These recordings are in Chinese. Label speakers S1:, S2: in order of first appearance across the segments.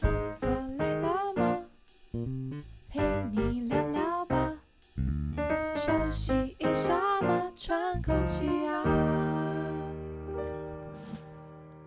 S1: 坐累了吗？陪你聊聊吧，休息一下嘛，喘口气啊。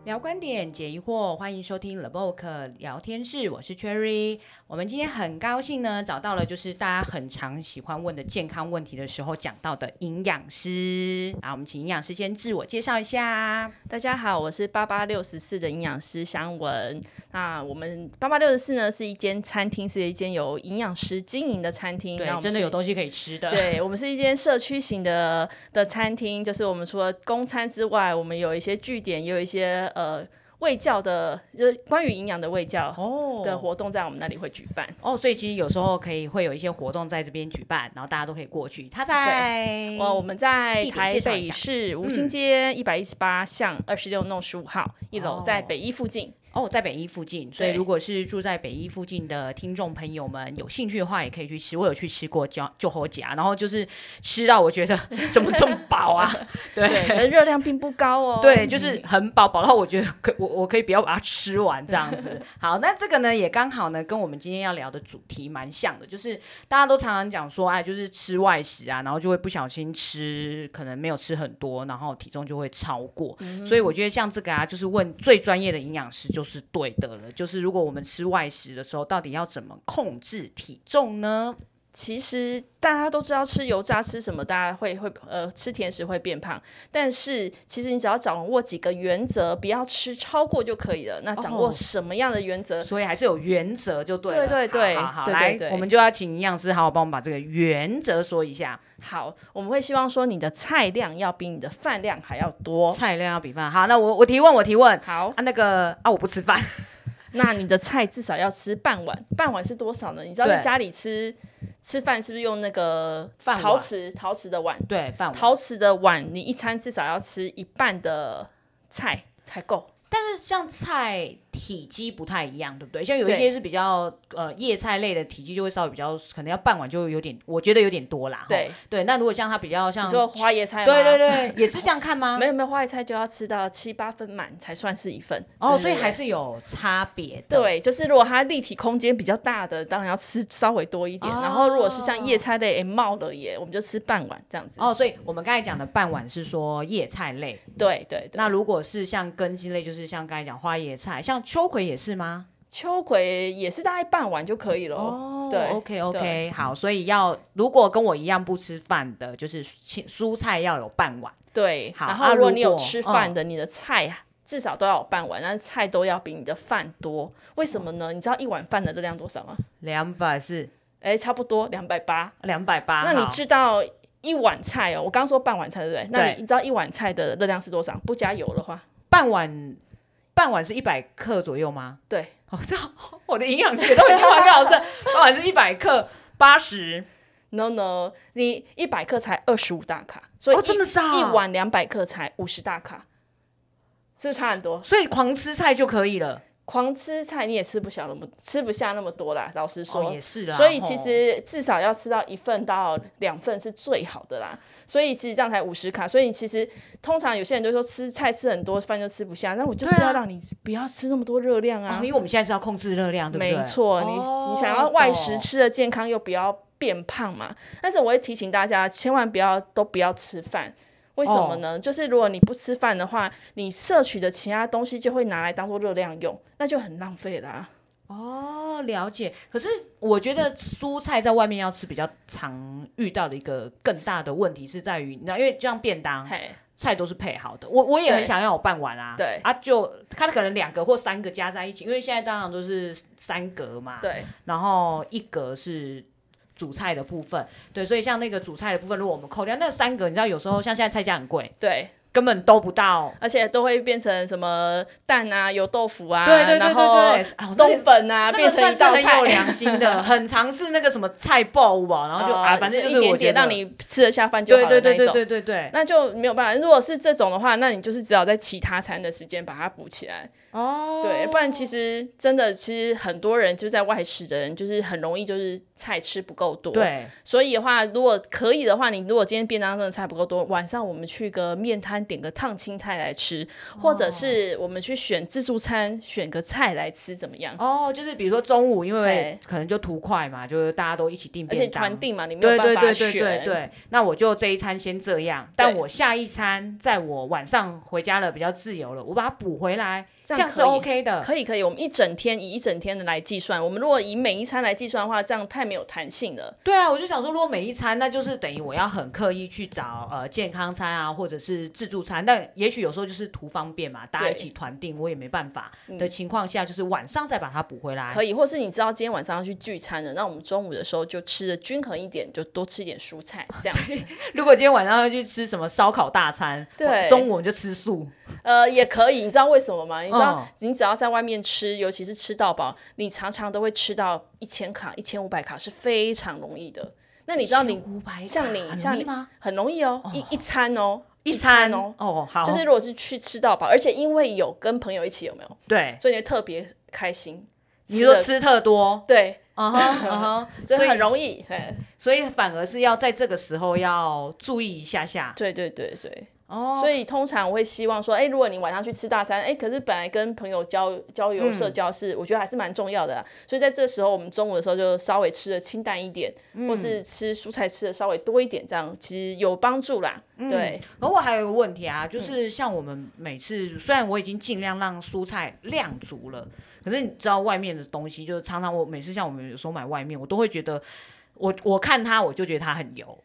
S2: 聊观点，解疑惑，欢迎收听 The Book 聊天室，我是 Cherry。我们今天很高兴呢，找到了就是大家很常喜欢问的健康问题的时候讲到的营养师啊，我们请营养师先自我介绍一下。
S3: 大家好，我是八八六十四的营养师香文。那我们八八六十四呢是一间餐厅，是一间由营养师经营的餐厅。那我
S2: 对，
S3: 们
S2: 真的
S3: 是
S2: 有东西可以吃的。
S3: 对我们是一间社区型的的餐厅，就是我们除了公餐之外，我们有一些据点，也有一些呃卫教的，就是关于营养的卫教
S2: 哦
S3: 的活动，在我们那里会举办。
S2: 哦，所以其实有时候可以会有一些活动在这边举办，然后大家都可以过去。他在
S3: 哇，我们在
S2: 嗯地点
S3: 台
S2: 介绍一
S3: 北
S2: 下嗯
S3: 市吴兴街一百一十八巷二十六弄十五号一楼，
S2: 哦
S3: 在北一附近。
S2: 哦，在北一附近，所以
S3: 对
S2: 如果是住在北一附近的听众朋友们有兴趣的话，也可以去吃。我有去吃过叫就侯甲，啊然后就是吃到我觉得 怎么这么饱啊？
S3: 对，可是热量并不高哦。
S2: 对，就是很饱，饱到我觉得可我我可以不要把它吃完这样 子。好，那这个呢也刚好呢跟我们今天要聊的主题蛮像的，就是大家都常常讲说，哎，就是吃外食啊，然后就会不小心吃，可能没有吃很多，然后体重就会超过。
S3: 嗯
S2: 所以我觉得像这个啊，就是问最专业的营养师就是对的了。就是如果我们吃外食的时候，到底要怎么控制体重呢？
S3: 其实大家都知道吃油炸吃什么，大家会会呃吃甜食会变胖，但是其实你只要掌握几个原则，不要吃超过就可以了。那掌
S2: 哦
S3: 握什么样的原则？
S2: 所以还是有原则就对了。
S3: 对对对
S2: 好好好
S3: 对对
S2: 来，
S3: 对
S2: 我们就要请营养师好好帮我们把这个原则说一下。
S3: 好，我们会希望说你的菜量要比你的饭量还要多。
S2: 菜量要比饭好，那我我提问，我提问
S3: 好，
S2: 啊，那个啊，我不吃 饭，
S3: 那你的菜至少要吃半碗，半碗是多少呢？你知道
S2: 对
S3: 在家里吃吃饭是不是用那个
S2: 饭碗
S3: 陶瓷陶瓷的碗？
S2: 对饭
S3: 陶瓷的碗，你一餐至少要吃一半的菜才够。
S2: 但是像菜体积不太一样，对不对？像有一
S3: 对
S2: 些是比较呃叶菜类的体积就会稍微比较，可能要半碗就有点，我觉得有点多啦。吼
S3: 对，
S2: 对，那如果像它比较像，
S3: 你说花椰菜吗？
S2: 对对对，也是这样看吗
S3: 没？有没有，花椰菜就要吃到七八分满才算是一份
S2: 哦，
S3: 对
S2: 所以还
S3: 对
S2: 是有差别的。
S3: 对，就是如果它立体空间比较大的，当然要吃稍微多一点。
S2: 哦
S3: 然后如果是像叶菜类、诶冒了耶，我们就吃半碗这样子。
S2: 哦，所以我们刚才讲的半碗是说叶菜类，
S3: 对对对。
S2: 那如果是像根茎类，就是像刚才讲花椰菜，像秋葵也是吗？
S3: 秋葵也是大概半碗就可以了。
S2: 哦
S3: 对
S2: ，OK OK，好，所以要如果跟我一样不吃饭的，就是蔬蔬菜要有半碗，
S3: 对，
S2: 好
S3: 然
S2: 啊
S3: 后如果
S2: 如
S3: 你有
S2: 果
S3: 吃饭的，你的菜至少都要有半碗，但是菜都要比你的饭多。为什么呢？你知道一碗饭的热量多少吗？
S2: 两百是
S3: 哎，差不多两百八。
S2: 两百八，
S3: 那你
S2: 啊好
S3: 知道一碗菜哦？我刚说半碗菜对不对？那
S2: 对
S3: 你你知道一碗菜的热量是多少？不加油的话，
S2: 半碗半碗是一百克左右吗？
S3: 对，
S2: 哦，这好 我的营养学都已经完全老师，半碗是一百克八十，
S3: no no，你一百克才二十五大卡，所以一、
S2: 哦，这么少，
S3: 一，碗两百克才五十大卡，是不是差很多？
S2: 所以狂吃菜就可以了。
S3: 狂吃菜你也吃不下那么吃不下那么多啦，老实说。
S2: 哦，也是啦，
S3: 所以其
S2: 吼
S3: 实至少要吃到一份到两份是最好的啦。所以其实这样才五十卡。所以其实通常有些人就说吃菜吃很多，饭就吃不下。那我就是
S2: 对啊
S3: 要让你不要吃那么多热量
S2: 哦
S3: 啊。
S2: 因为我们现在是要控制热量，对不对？哦
S3: 没错，你、你想要外食
S2: 懂
S3: 吃的健康又不要变胖嘛。但是我会提醒大家，千万不要都不要吃饭。为什么
S2: 哦
S3: 呢？就是如果你不吃饭的话，你摄取的其他东西就会拿来当做热量用，那就很浪费啦、
S2: 哦，了解。可是我觉得蔬菜在外面要吃比较常遇到的一个更大的问题是在于，你知道，因为像便当
S3: 嘿，
S2: 菜都是配好的，我我也很
S3: 对
S2: 想要有半碗啊，
S3: 对
S2: 啊就它可能两个或三个加在一起，因为现在当然都是三格嘛，
S3: 对，
S2: 然后一格是。主菜的部分，对，所以像那个主菜的部分，如果我们扣掉那三格，你知道有时候像现在菜价很贵，
S3: 对。
S2: 根本都不到，
S3: 而且都会变成什么蛋啊、油豆腐啊，
S2: 对对对对
S3: 然后
S2: 对，啊那个
S3: 冬粉啊，
S2: 那
S3: 变
S2: 个算
S3: 成一
S2: 是
S3: 道
S2: 很
S3: 菜
S2: 有。良心 的，很尝试那个什么菜爆吧，然后就、
S3: 哦
S2: 啊，反正就是
S3: 一点
S2: 我觉
S3: 点
S2: 得
S3: 让你吃得下饭就好
S2: 对对
S3: 了
S2: 对
S3: 那一
S2: 对
S3: 种
S2: 对对对
S3: 那就没有办法。如果是这种的话，那你就是只好在其他餐的时间把它补起来。
S2: 哦
S3: 对，不然其实真的，其实很多人就是在外食的人，就是很容易就是菜吃不够多。，
S2: 对
S3: 所以的话，如果可以的话，你如果今天便当真的菜不够多，晚上我们去个面摊餐点个烫青菜来吃，或
S2: 哦
S3: 者是我们去选自助餐选个菜来吃怎么样？
S2: 哦，就是比如说中午，因为
S3: 对
S2: 可能就图快嘛，就是大家都一起订
S3: 而且
S2: 便当，
S3: 团订嘛，你没有
S2: 对
S3: 办
S2: 对
S3: 法
S2: 对
S3: 选。
S2: 对对对，那我就这一餐先这样，但
S3: 对
S2: 我下一餐在我晚上回家了比较自由了，我把它补回来，这
S3: 这
S2: 样
S3: 样
S2: 是
S3: 可以
S2: OK 的。
S3: 可以可以，我们一整天以一整天的来计算。我们如果以每一餐来计算的话，这样太没有弹性了。
S2: 对啊，我就想说，如果每一餐，那就是等于我要很刻意去找呃健康餐啊，或者是自助餐。但也许有时候就是图方便嘛，大家一起团订，我也没办法的情况下，就是晚上再把它补回来。
S3: 嗯可以，或是你知道今天晚上要去聚餐了，那我们中午的时候就吃的均衡一点，就多吃一点蔬菜，这样子。
S2: 如果今天晚上要去吃什么烧烤大餐，
S3: 对
S2: 中午我们就吃素。
S3: 呃，也可以，你知道为什么吗？你知道，
S2: 嗯
S3: 你只要在外面吃，尤其是吃到饱，你常常都会吃到一千卡、一千五百卡是非常容易的。那你知道你
S2: 五百
S3: 像你像你
S2: 吗？
S3: 很容易哦，一一餐哦，
S2: 一餐
S3: 哦，
S2: 哦，好，
S3: 就是如果是去吃到饱，而且因为有跟朋友一起，有没有？
S2: 对，
S3: 所以你会特别开心。
S2: 你说
S3: 了
S2: 吃特 多，
S3: 对，
S2: 嗯哼嗯哼，
S3: 这
S2: 所以
S3: 很容易。嘿
S2: 所以反而是要在这个时候要注意一下下
S3: 对对对，所以
S2: 哦。
S3: 所以通常我会希望说，哎、如果你晚上去吃大餐，哎、可是本来跟朋友交交
S2: 嗯
S3: 友社交是，我觉得还是蛮重要的啦。所以在这时候，我们中午的时候就稍微吃的清淡一点，或
S2: 嗯
S3: 是吃蔬菜吃的稍微多一点，这样其实有帮助啦。
S2: 嗯
S3: 对，
S2: 可我还有一个问题啊，
S3: 嗯
S2: 就是像我们每次，虽然我已经尽量让蔬菜量足了，可是你知道外面的东西，就是常常我每次像我们有时候买外面，我都会觉得，我我看它我就觉得它很油，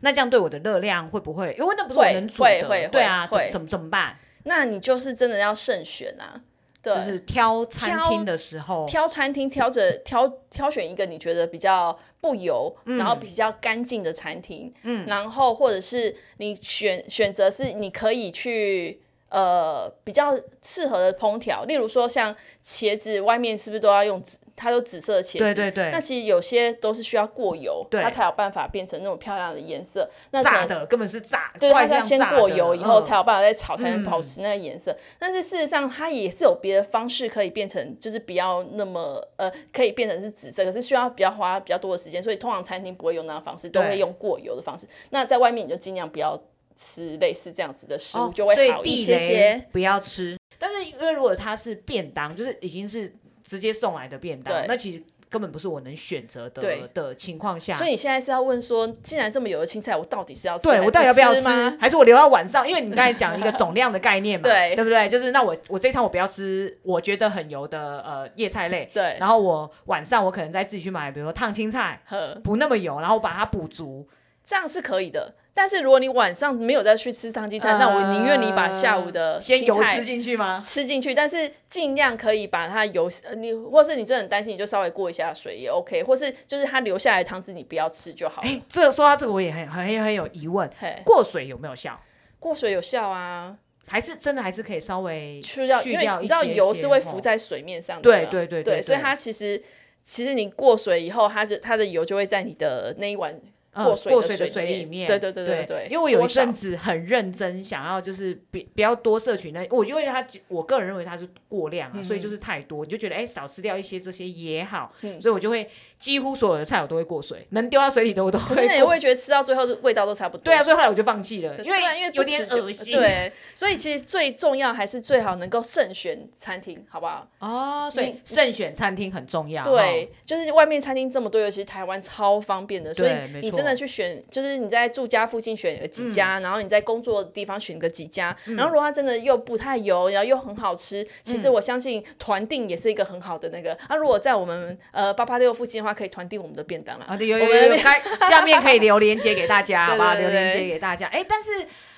S2: 那这样对我的热量会不会？因为那不是我
S3: 会
S2: 能煮
S3: 会
S2: 的，
S3: 会
S2: 对啊，
S3: 会
S2: 怎怎么怎么办？
S3: 那你就是真的要慎选啊。对，
S2: 就是挑餐
S3: 挑
S2: 厅的时候，
S3: 挑餐厅挑着挑挑选一个你觉得比较不油，
S2: 嗯
S3: 然后比较干净的餐厅，嗯，然后或者是你选选择是你可以去。呃，比较适合的烹调，例如说像茄子，外面是不是都要用紫？它有紫色的茄子，
S2: 对对对
S3: 那其实有些都是需要过油，
S2: 对
S3: 它才有办法变成那种漂亮的颜色。那可
S2: 炸
S3: 能
S2: 的根本是炸，
S3: 对，它
S2: 快
S3: 是要
S2: 像
S3: 先
S2: 炸
S3: 过
S2: 的
S3: 油以后
S2: 嗯
S3: 才有办法再炒，才能保持那个颜色。但是事实上，它也是有别的方式可以变成，就是不要那么呃，可以变成是紫色，可是需要比较花比较多的时间，所以通常餐厅不会用那个方式，都
S2: 对
S3: 会用过油的方式。那在外面你就尽量不要吃类似这样子的食物，
S2: 哦，
S3: 就会好
S2: 所以
S3: 一
S2: 地
S3: 些
S2: 雷
S3: 些。
S2: 不要吃。但是因为如果它是便当，就是已经是直接送来的便当
S3: 对，
S2: 那其实根本不是我能选择的
S3: 对
S2: 的情况下。
S3: 所以你现在是要问说，既然这么油的青菜，我到底是要吃
S2: 对
S3: 还
S2: 我到底要不要吃
S3: 吗？？
S2: 还是我留到晚上？因为你刚才讲一个总量的概念嘛，
S3: 对
S2: 对不对？就是那我我这一餐我不要吃我觉得很油的呃叶菜类，
S3: 对，
S2: 然后我晚上我可能再自己去买，比如说烫青菜，
S3: 呵
S2: 不那么油，然后我把它补足。
S3: 这样是可以的。但是如果你晚上没有再去吃汤鸡餐，那我宁愿你把下午的
S2: 呃先
S3: 青
S2: 油
S3: 菜
S2: 吃进去吗？
S3: 吃进去，但是尽量可以把它油，呃你或是你真的很担心，你就稍微过一下水也 OK，或是就是它留下来的汤汁你不要吃就好了。
S2: 哎，这说到这个我也很很很很有疑问，
S3: 嘿，
S2: 过水有没有效？
S3: 过水有效啊，
S2: 还是真的还是可以稍微
S3: 去掉，
S2: 去
S3: 因为
S2: 掉
S3: 你
S2: 一
S3: 知道
S2: 些
S3: 油
S2: 些
S3: 是会
S2: 吼
S3: 浮在水面上的
S2: 对
S3: 嘛，
S2: 对对对
S3: 对，所以
S2: 对
S3: 它其实其实你过水以后，它就它的油就会在你的那一碗
S2: 呃
S3: 过水
S2: 过
S3: 的
S2: 水的
S3: 水
S2: 水
S3: 里
S2: 里面。
S3: 对对对
S2: 对
S3: 对对
S2: 因为我有一
S3: 多少
S2: 阵子很认真想要就是不不要多摄取那，我就会它我个人认为它是过量啊，所以就是太多，你就觉得哎少吃掉一些这些也好，
S3: 嗯
S2: 所以我就会几乎所有的菜我都会过水，能丢到水里的我都
S3: 可是
S2: 会
S3: 那你
S2: 过。
S3: 会觉得吃到最后味道都差不多。
S2: 对啊，所以后来我就放弃了，因
S3: 对啊因为
S2: 有
S3: 不
S2: 点
S3: 吃就
S2: 恶心。
S3: 对，所以其实最重要还是最好能够慎选餐厅，好不好？
S2: 哦，所以
S3: 你
S2: 慎选餐厅很重要。哦，
S3: 对，就是外面餐厅这么多，尤其是台湾超方便的，所以
S2: 对没
S3: 你
S2: 错嗯
S3: 真的去选，就是你在住家附近选个几家，然后你在工作的地方选个几家，然后如果它真的又不太油，然后又很好吃，其
S2: 嗯
S3: 实我相信团订也是一个很好的那个。啊那、如果在我们呃八八六附近的话，可以团订我们的便当啦。
S2: 啊，对，有
S3: 我
S2: 有
S3: 们那
S2: 有有，
S3: 边
S2: 该 下面可以留连接给大家，好
S3: 对
S2: 不好？
S3: 对
S2: 留
S3: 对
S2: 连接
S3: 对
S2: 给大家。哎，但是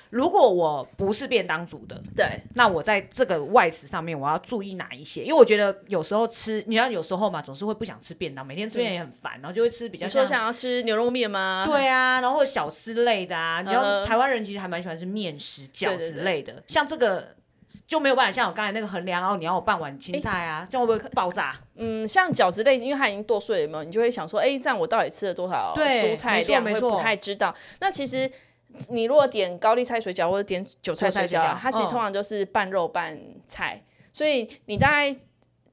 S2: 如果我不是便当组的，
S3: 对，
S2: 那我在这个外食上面我要注意哪一些？因为我觉得有时候吃，你知道有时候嘛，总是会不想吃便当，每天吃便当也很烦，然后就会吃比较
S3: 你说
S2: 像。
S3: 想要吃牛肉面吗？
S2: 对啊，然后或者小吃类的啊，你知道
S3: 嗯
S2: 台湾人其实还蛮喜欢吃面食、饺
S3: 对对
S2: 子
S3: 对
S2: 类的，像这个就没有办法像我刚才那个衡量，然后你要我半碗青菜啊，这样会不会爆炸？
S3: 嗯，像饺子类，因为它已经剁碎了嘛，你就会想说，哎、这样我到底吃了多少
S2: 对
S3: 蔬菜
S2: 没错
S3: 量，
S2: 没
S3: 会
S2: 错
S3: 不太知道。那其实你如果点高丽菜水饺或者点韭菜
S2: 韭菜
S3: 水
S2: 水饺
S3: 饺，它其实
S2: 嗯
S3: 通常就是半肉半菜，所以你大概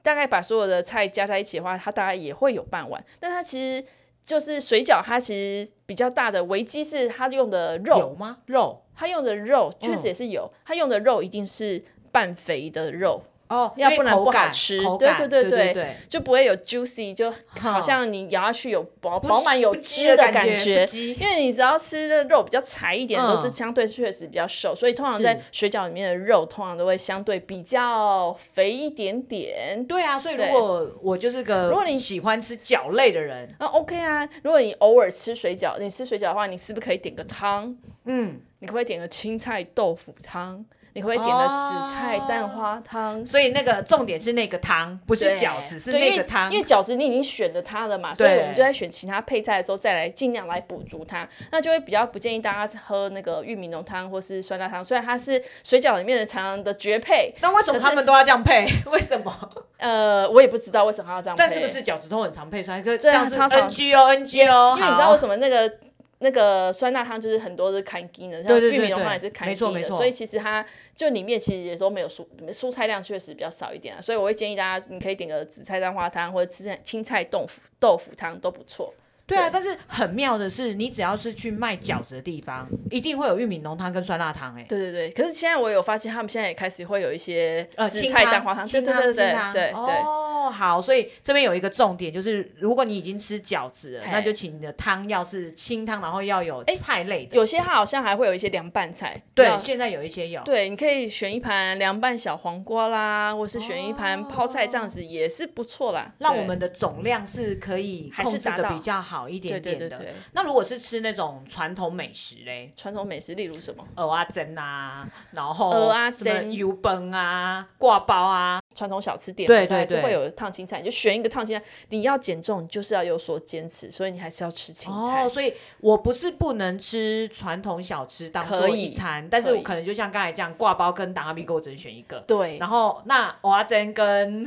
S3: 大概把所有的菜加在一起的话，它大概也会有半碗。但它其实就是水饺它其实比较大的危机是它用的
S2: 有
S3: 肉，
S2: 吗？肉
S3: 它用的肉确
S2: 嗯
S3: 实也是有，它用的肉一定是半肥的肉，
S2: 哦
S3: 要
S2: 因为
S3: 不然
S2: 口
S3: 不好
S2: 感
S3: 吃
S2: 口
S3: 对
S2: 感
S3: 对
S2: 对
S3: 对
S2: 对
S3: 对
S2: 对，
S3: 就不会有 juicy，就好
S2: 哈
S3: 像你咬下去有饱
S2: 不
S3: 饱满
S2: 吃
S3: 有
S2: 不
S3: 汁
S2: 的
S3: 感
S2: 觉，不鸡
S3: 因为你只要吃的肉比较柴一点，
S2: 嗯
S3: 都是相对确实比较瘦，所以通常
S2: 是
S3: 在水饺里面的肉通常都会相对比较肥一点点。
S2: 对啊，所以如
S3: 对
S2: 果我就是个
S3: 如果你
S2: 喜欢吃饺类的人，
S3: 那 OK 啊，如果你偶尔吃水饺，你吃水饺的话，你是不是可以点个汤？
S2: 嗯，
S3: 你可不可以点个青菜豆腐汤？你可不可以点个紫菜蛋花汤？
S2: 所以那个重点是那个汤，不是
S3: 对
S2: 饺子，是
S3: 对
S2: 那
S3: 因
S2: 个
S3: 为
S2: 汤
S3: 因为饺子你已经选了它了嘛，所以
S2: 对
S3: 我们就在选其他配菜的时候再来尽量来补足它。那就会比较不建议大家喝那个玉米浓汤或是酸辣汤，虽然它是水饺里面的常常的绝配。
S2: 那为什么
S3: 可是
S2: 他们都要这样配？ 为什么？
S3: 呃，我也不知道为什么要这样配，
S2: 但是不是饺子都很常配出来？可是这
S3: 对啊
S2: 样是
S3: 超常
S2: NG 哦，NG 哦，
S3: 因为你知道为
S2: 么？
S3: 什么那个那个酸辣汤就是很多是砍筋的，像
S2: 对对对
S3: 玉米浓
S2: 对
S3: 汤也是砍
S2: 没
S3: 筋
S2: 错
S3: 的
S2: 没，错
S3: 所以其实它就里面其实也都没有蔬蔬菜量确实比较少一点啊，所以我会建议大家你可以点个紫菜蛋花汤或者吃青菜豆腐豆腐汤都不错。
S2: 对啊，
S3: 对
S2: 但是很妙的是，你只要是去卖饺子的地方，一定会有玉米浓汤跟酸辣汤，哎，
S3: 对对对，可是现在我有发现他们现在也开始会有一些
S2: 呃，
S3: 紫
S2: 清
S3: 菜
S2: 汤
S3: 蛋花汤，对
S2: 清
S3: 对
S2: 汤，
S3: 对对
S2: 清
S3: 对
S2: 汤
S3: 对对。
S2: 哦，好，所以这边有一个重点，就是如果你已经吃饺子了，
S3: 嘿
S2: 那就请你的汤要是清汤，然后要有
S3: 哎
S2: 菜类的。
S3: 有些它好像还会有一些凉拌菜，
S2: 对，
S3: 那
S2: 现在有一些有。
S3: 对，你可以选一盘凉拌小黄瓜啦，或是选一盘泡菜，这样子也是不错啦。
S2: 哦让
S3: 对
S2: 我们的总量是可以
S3: 还
S2: 控
S3: 是
S2: 制
S3: 达
S2: 的
S3: 到
S2: 比较好一
S3: 对
S2: 点
S3: 对
S2: 点
S3: 对
S2: 的。
S3: 对，
S2: 那如果是吃那种传统美食嘞，
S3: 传统美食，例如什么？
S2: 蚵仔煎啊，然后
S3: 蚵仔
S2: 什么
S3: 煎
S2: 油崩啊、挂包啊，
S3: 传统小吃店
S2: 对
S3: 嘛所
S2: 对
S3: 以还是
S2: 对
S3: 会有烫青菜，你就选一个烫青菜。你要减重，你就是要有所坚持，所以你还是要吃青菜。
S2: 哦，所以我不是不能吃传统小吃当做
S3: 可以
S2: 一餐，但是我
S3: 可以
S2: 可能就像刚才这样，挂包跟达阿米给我只能选一个。
S3: 对，
S2: 然后那蚵仔煎跟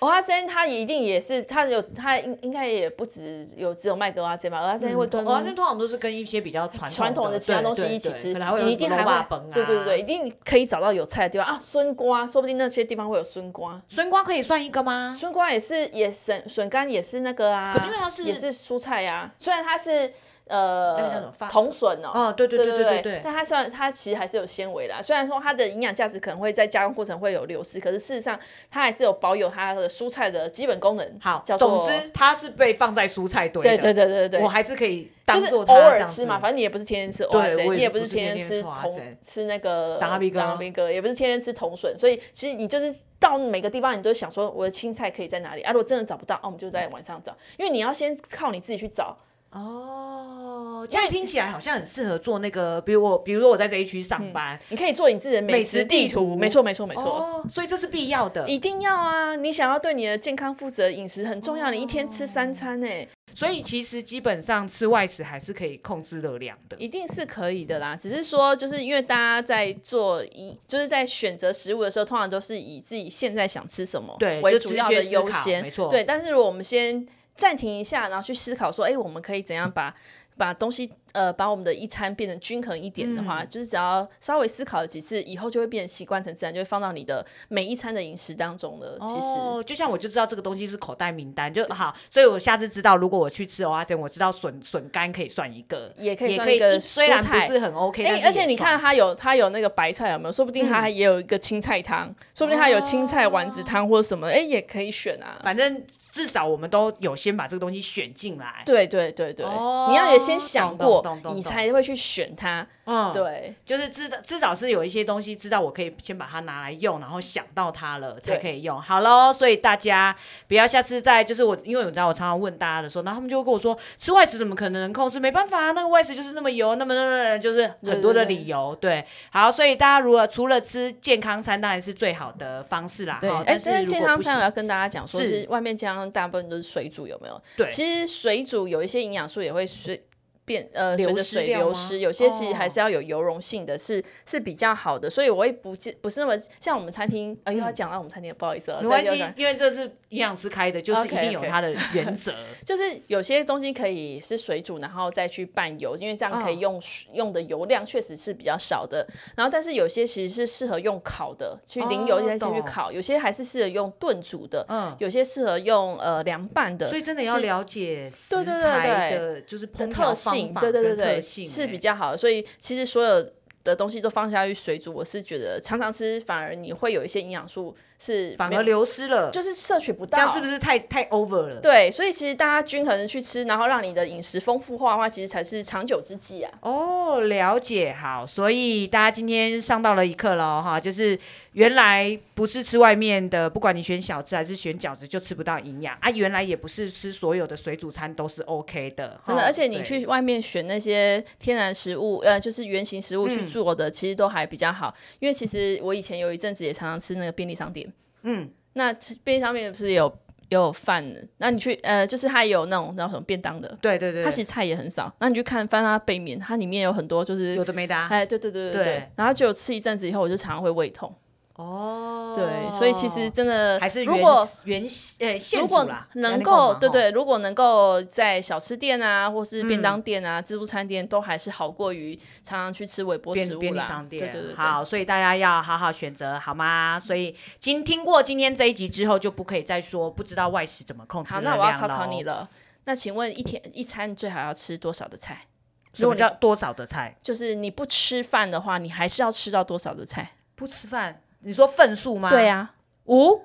S3: 蚵仔煎它一定也是，它有它应应该也不止有只有卖蚵仔煎吧，蚵仔煎会跟
S2: 蚵仔煎嗯哦通常都是跟一些比较传
S3: 传统
S2: 的
S3: 的其他
S2: 对
S3: 东西
S2: 对
S3: 一起
S2: 对
S3: 吃，
S2: 可能还会有
S3: 你一
S2: 什
S3: 定
S2: 么
S3: 还
S2: 肉霸
S3: 会
S2: 崩啊，
S3: 对对对，一。定可以找到有菜的地方啊，笋瓜，说不定那些地方会有笋瓜。
S2: 笋瓜可以算一个吗？
S3: 笋瓜也是，也笋笋干也是那个啊，
S2: 啊可是因为它是
S3: 也是蔬菜呀、啊，虽然它是
S2: 那个叫什
S3: 呃
S2: 么发
S3: 铜笋哦。
S2: 哦，对对对
S3: 对
S2: 对
S3: 对
S2: 对，
S3: 但它虽然它其实还是有纤维啦，虽然说它的营养价值可能会在加工过程会有流失，可是事实上它还是有保有它的蔬菜的基本功能。
S2: 好，
S3: 叫
S2: 总
S3: 做
S2: 之它是被放在蔬菜堆的，
S3: 对对对对对
S2: 我
S3: 对，
S2: 还是可以当
S3: 就是
S2: 做
S3: 偶尔吃嘛，反正你也不是天天吃
S2: 对
S3: 蚵仔
S2: 我
S3: 煎，
S2: 也
S3: 你也
S2: 不
S3: 是
S2: 是
S3: 天
S2: 天天
S3: 吃
S2: 吃蚵仔
S3: 铜
S2: 煎
S3: 吃那个
S2: 当阿兵哥
S3: 当阿兵哥，也不是天天吃铜笋，所以其实你就是到每个地方，你都想说我的青菜可以在哪里啊？如果真的找不到，哦、我们就
S2: 嗯
S3: 在晚上找，因为你要先靠你自己去找。
S2: 哦，这样听起来好像很适合做那个，比如我，比如说我在这一区
S3: 嗯
S2: 上班，
S3: 你可以做你自己的
S2: 美食
S3: 食
S2: 地
S3: 地
S2: 图
S3: 没错没错没错。
S2: 哦，所以这是必要的。
S3: 一定要啊！你想要对你的健康负责，饮食很重要。你一天吃三餐欸呢、
S2: 所以其实基本上吃外食还是可以控制热量的。
S3: 一定是可以的啦，只是说，就是因为大家在做一，就是在选择食物的时候，通常都是以自己现在想吃什么
S2: 对
S3: 为
S2: 就
S3: 主
S2: 直
S3: 要
S2: 觉
S3: 的
S2: 思
S3: 优
S2: 考
S3: 先，
S2: 没错
S3: 对，但是如果我们先暂停一下，然后去思考说，哎、我们可以怎样把把东西，呃，把我们的一餐变得均衡一点的
S2: 嗯
S3: 话，就是只要稍微思考了几次，以后就会变成习惯成自然，就会放到你的每一餐的饮食当中了。其实，
S2: 哦，就像我就知道这个东西是口袋名单，就好，所以我下次知道，如果我去吃哦蚵仔煎，我知道笋笋干可以算一个，
S3: 也可以
S2: 也
S3: 算
S2: 可以
S3: 一个
S2: 一虽然
S3: 蔬
S2: 不
S3: 菜
S2: 是很 OK，
S3: 哎、
S2: 但是
S3: 而且
S2: 也
S3: 你看
S2: 算，
S3: 它有它有那个白菜有没有？说不定它
S2: 嗯
S3: 还也有一个青菜汤，说不定它有青菜丸子汤或者
S2: 哦
S3: 什么，哎、也可以选啊。
S2: 反正至少我们都有先把这个东西选进来。
S3: 对对对对，
S2: 哦
S3: 你要也先想
S2: 懂懂
S3: 过
S2: 懂懂，
S3: 你
S2: 懂
S3: 才会去选它。
S2: 嗯，，
S3: 对，
S2: 就是知道至少是有一些东西知道我可以先把它拿来用，然后想到它了才
S3: 对
S2: 可以用。好喽，所以大家不要下次再就是我，因为我知道我常常问大家的时候，然后他们就会跟我说吃外食怎么可能能控制？没办法啊，那个外食就是那么油，那么那么那么就是很多的理由。对好，所以大家如果除了吃健康餐，当然是最好的方式啦。
S3: 对，
S2: 嗯好
S3: 哎、
S2: 但
S3: 这
S2: 是
S3: 但
S2: 如
S3: 健
S2: 果
S3: 康
S2: 不
S3: 餐
S2: 行
S3: 我要跟大家讲说，
S2: 是
S3: 是外面健康大部分都是水煮，有没有？
S2: 对
S3: 其实水煮有一些营养素也会随变呃
S2: 流
S3: 随着
S2: 失
S3: 水
S2: 掉
S3: 流
S2: 吗
S3: 失，有些其实还
S2: 哦
S3: 是要有油溶性的，是是比较好的。所以我也不记不是那么像我们餐厅，呃，又要讲到我们餐厅，不好意思哦，
S2: 嗯没
S3: 再
S2: 关
S3: 又
S2: 系
S3: 讲，
S2: 因为这是营养师开的，就是一
S3: OK，OK
S2: 定有它的原则。
S3: 就是有些东西可以是水煮，然后再去拌油，因为这样可以
S2: 嗯
S3: 用、用的油量确实是比较少的。然后，但是有些其实是适合用烤的，去淋油
S2: 哦
S3: 再去
S2: 懂
S3: 烤；有些还是适合用炖煮的，
S2: 嗯，
S3: 有些适合用呃凉拌的。
S2: 所以真的要
S3: 是
S2: 了解食
S3: 对对对
S2: 材
S3: 对
S2: 的，就是烹
S3: 的
S2: 调
S3: 特
S2: 方
S3: 性，
S2: 法
S3: 对对对
S2: 跟
S3: 对，
S2: 特性
S3: 是比
S2: 欸
S3: 较好的。所以其实所有的东西都放下去水煮，我是觉得常常吃反而你会有一些营养素是
S2: 反
S3: 没
S2: 而流失了，
S3: 就是摄取不
S2: 这
S3: 到，
S2: 样是不是太太 over 了？
S3: 对，所以其实大家均衡地去吃，然后让你的饮食丰富化的话，其实才是长久之计啊。
S2: 哦，了解，好，所以大家今天上到了一课喽，哈，就是原来不是吃外面的，不管你选小吃还是选饺子，就吃不到营养啊。原来也不是吃所有的水煮餐都是 OK 的，
S3: 真的，
S2: 哈
S3: 而且你
S2: 对
S3: 去外面选那些天然食物，呃，就是原型食物
S2: 嗯
S3: 去做的，其实都还比较好。因为其实我以前有一阵子也常常吃那个便利商店，
S2: 嗯，
S3: 那吃便利商店不是也有也有饭的？那你去呃，就是它也有那种叫什么便当的，
S2: 对对对，
S3: 它其实菜也很少。那你去看翻它背面，它里面有很多就是
S2: 有，的没的啊、
S3: 哎，对对对对对。
S2: 对
S3: 然后就吃一阵子以后，我就常常会胃痛。
S2: 哦，
S3: 对，所以其实真的
S2: 还是
S3: 如
S2: 原
S3: 果
S2: 原呃现
S3: 如
S2: 煮
S3: 果
S2: 啦
S3: 能够，对，
S2: 原来
S3: 对，如果能够在小吃店啊，或是便当店
S2: 嗯
S3: 啊、自助餐店，都还是好过于常常去吃微波
S2: 便
S3: 食物
S2: 便利
S3: 啦。
S2: 商店，
S3: 对对对对，
S2: 好，所以大家要好好选择，好吗？所以今听过今天这一集之后，就不可以再说不知道外食怎么控制
S3: 好，
S2: 热
S3: 那我要
S2: 量
S3: 考考
S2: 咯
S3: 你了。那请问一天一餐最好要吃多少的菜？
S2: 如果
S3: 什么
S2: 叫多少的菜
S3: 就是你不吃饭的话，你还是要吃到多少的菜？
S2: 不吃饭，你说份数吗？
S3: 对
S2: 呀、
S3: 啊，
S2: 五、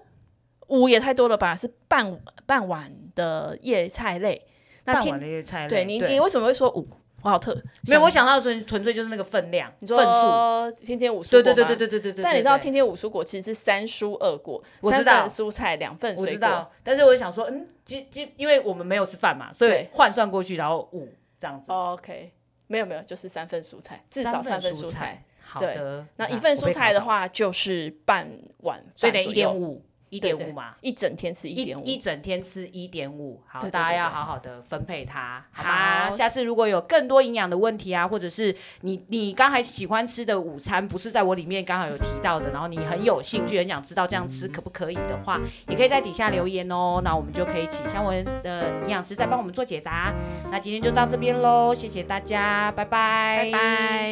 S3: 五也太多了吧？是半半碗的叶菜类。那
S2: 半
S3: 听
S2: 碗的叶菜类。
S3: 对你你为什么会说五？我好特
S2: 没有，我想到纯纯粹就是那个分量，
S3: 你
S2: 份数。
S3: 说天天五蔬
S2: 对
S3: 果
S2: 对对
S3: 吗
S2: 对对对对对。
S3: 但你知道
S2: 对
S3: 天天五蔬果其实是三蔬二果，
S2: 我
S3: 三
S2: 知道
S3: 份蔬菜两份
S2: 我
S3: 水
S2: 知
S3: 果。
S2: 道，但是我想说，嗯，基基，因为我们没有吃饭嘛，所以
S3: 对
S2: 换算过去，然后五这样子。
S3: 哦 OK，没有没有，就是三份蔬菜，至少三份蔬菜。。
S2: 好
S3: 对
S2: 的，
S3: 那
S2: 啊
S3: 一份蔬菜的，
S2: 我被考
S3: 话就是半碗
S2: 到
S3: 饭
S2: 所以
S3: 左
S2: 等
S3: 右，
S2: 于一点五，一点五嘛。
S3: 一整天是一点五。
S2: 一整天吃一点五，好，
S3: 对对
S2: 大家
S3: 对
S2: 要
S3: 对
S2: 好好的分配它，好吗？
S3: 好
S2: 下次如果有更多营养的问题啊，或者是你你刚才喜欢吃的午餐不是在我里面刚好有提到的，然后你很有兴趣，很想知道这样吃可不可以的话，也可以在底下留言哦，那我们就可以请香文的营养师再帮我们做解答。那今天就到这边喽，谢谢大家，拜拜，
S3: 拜拜。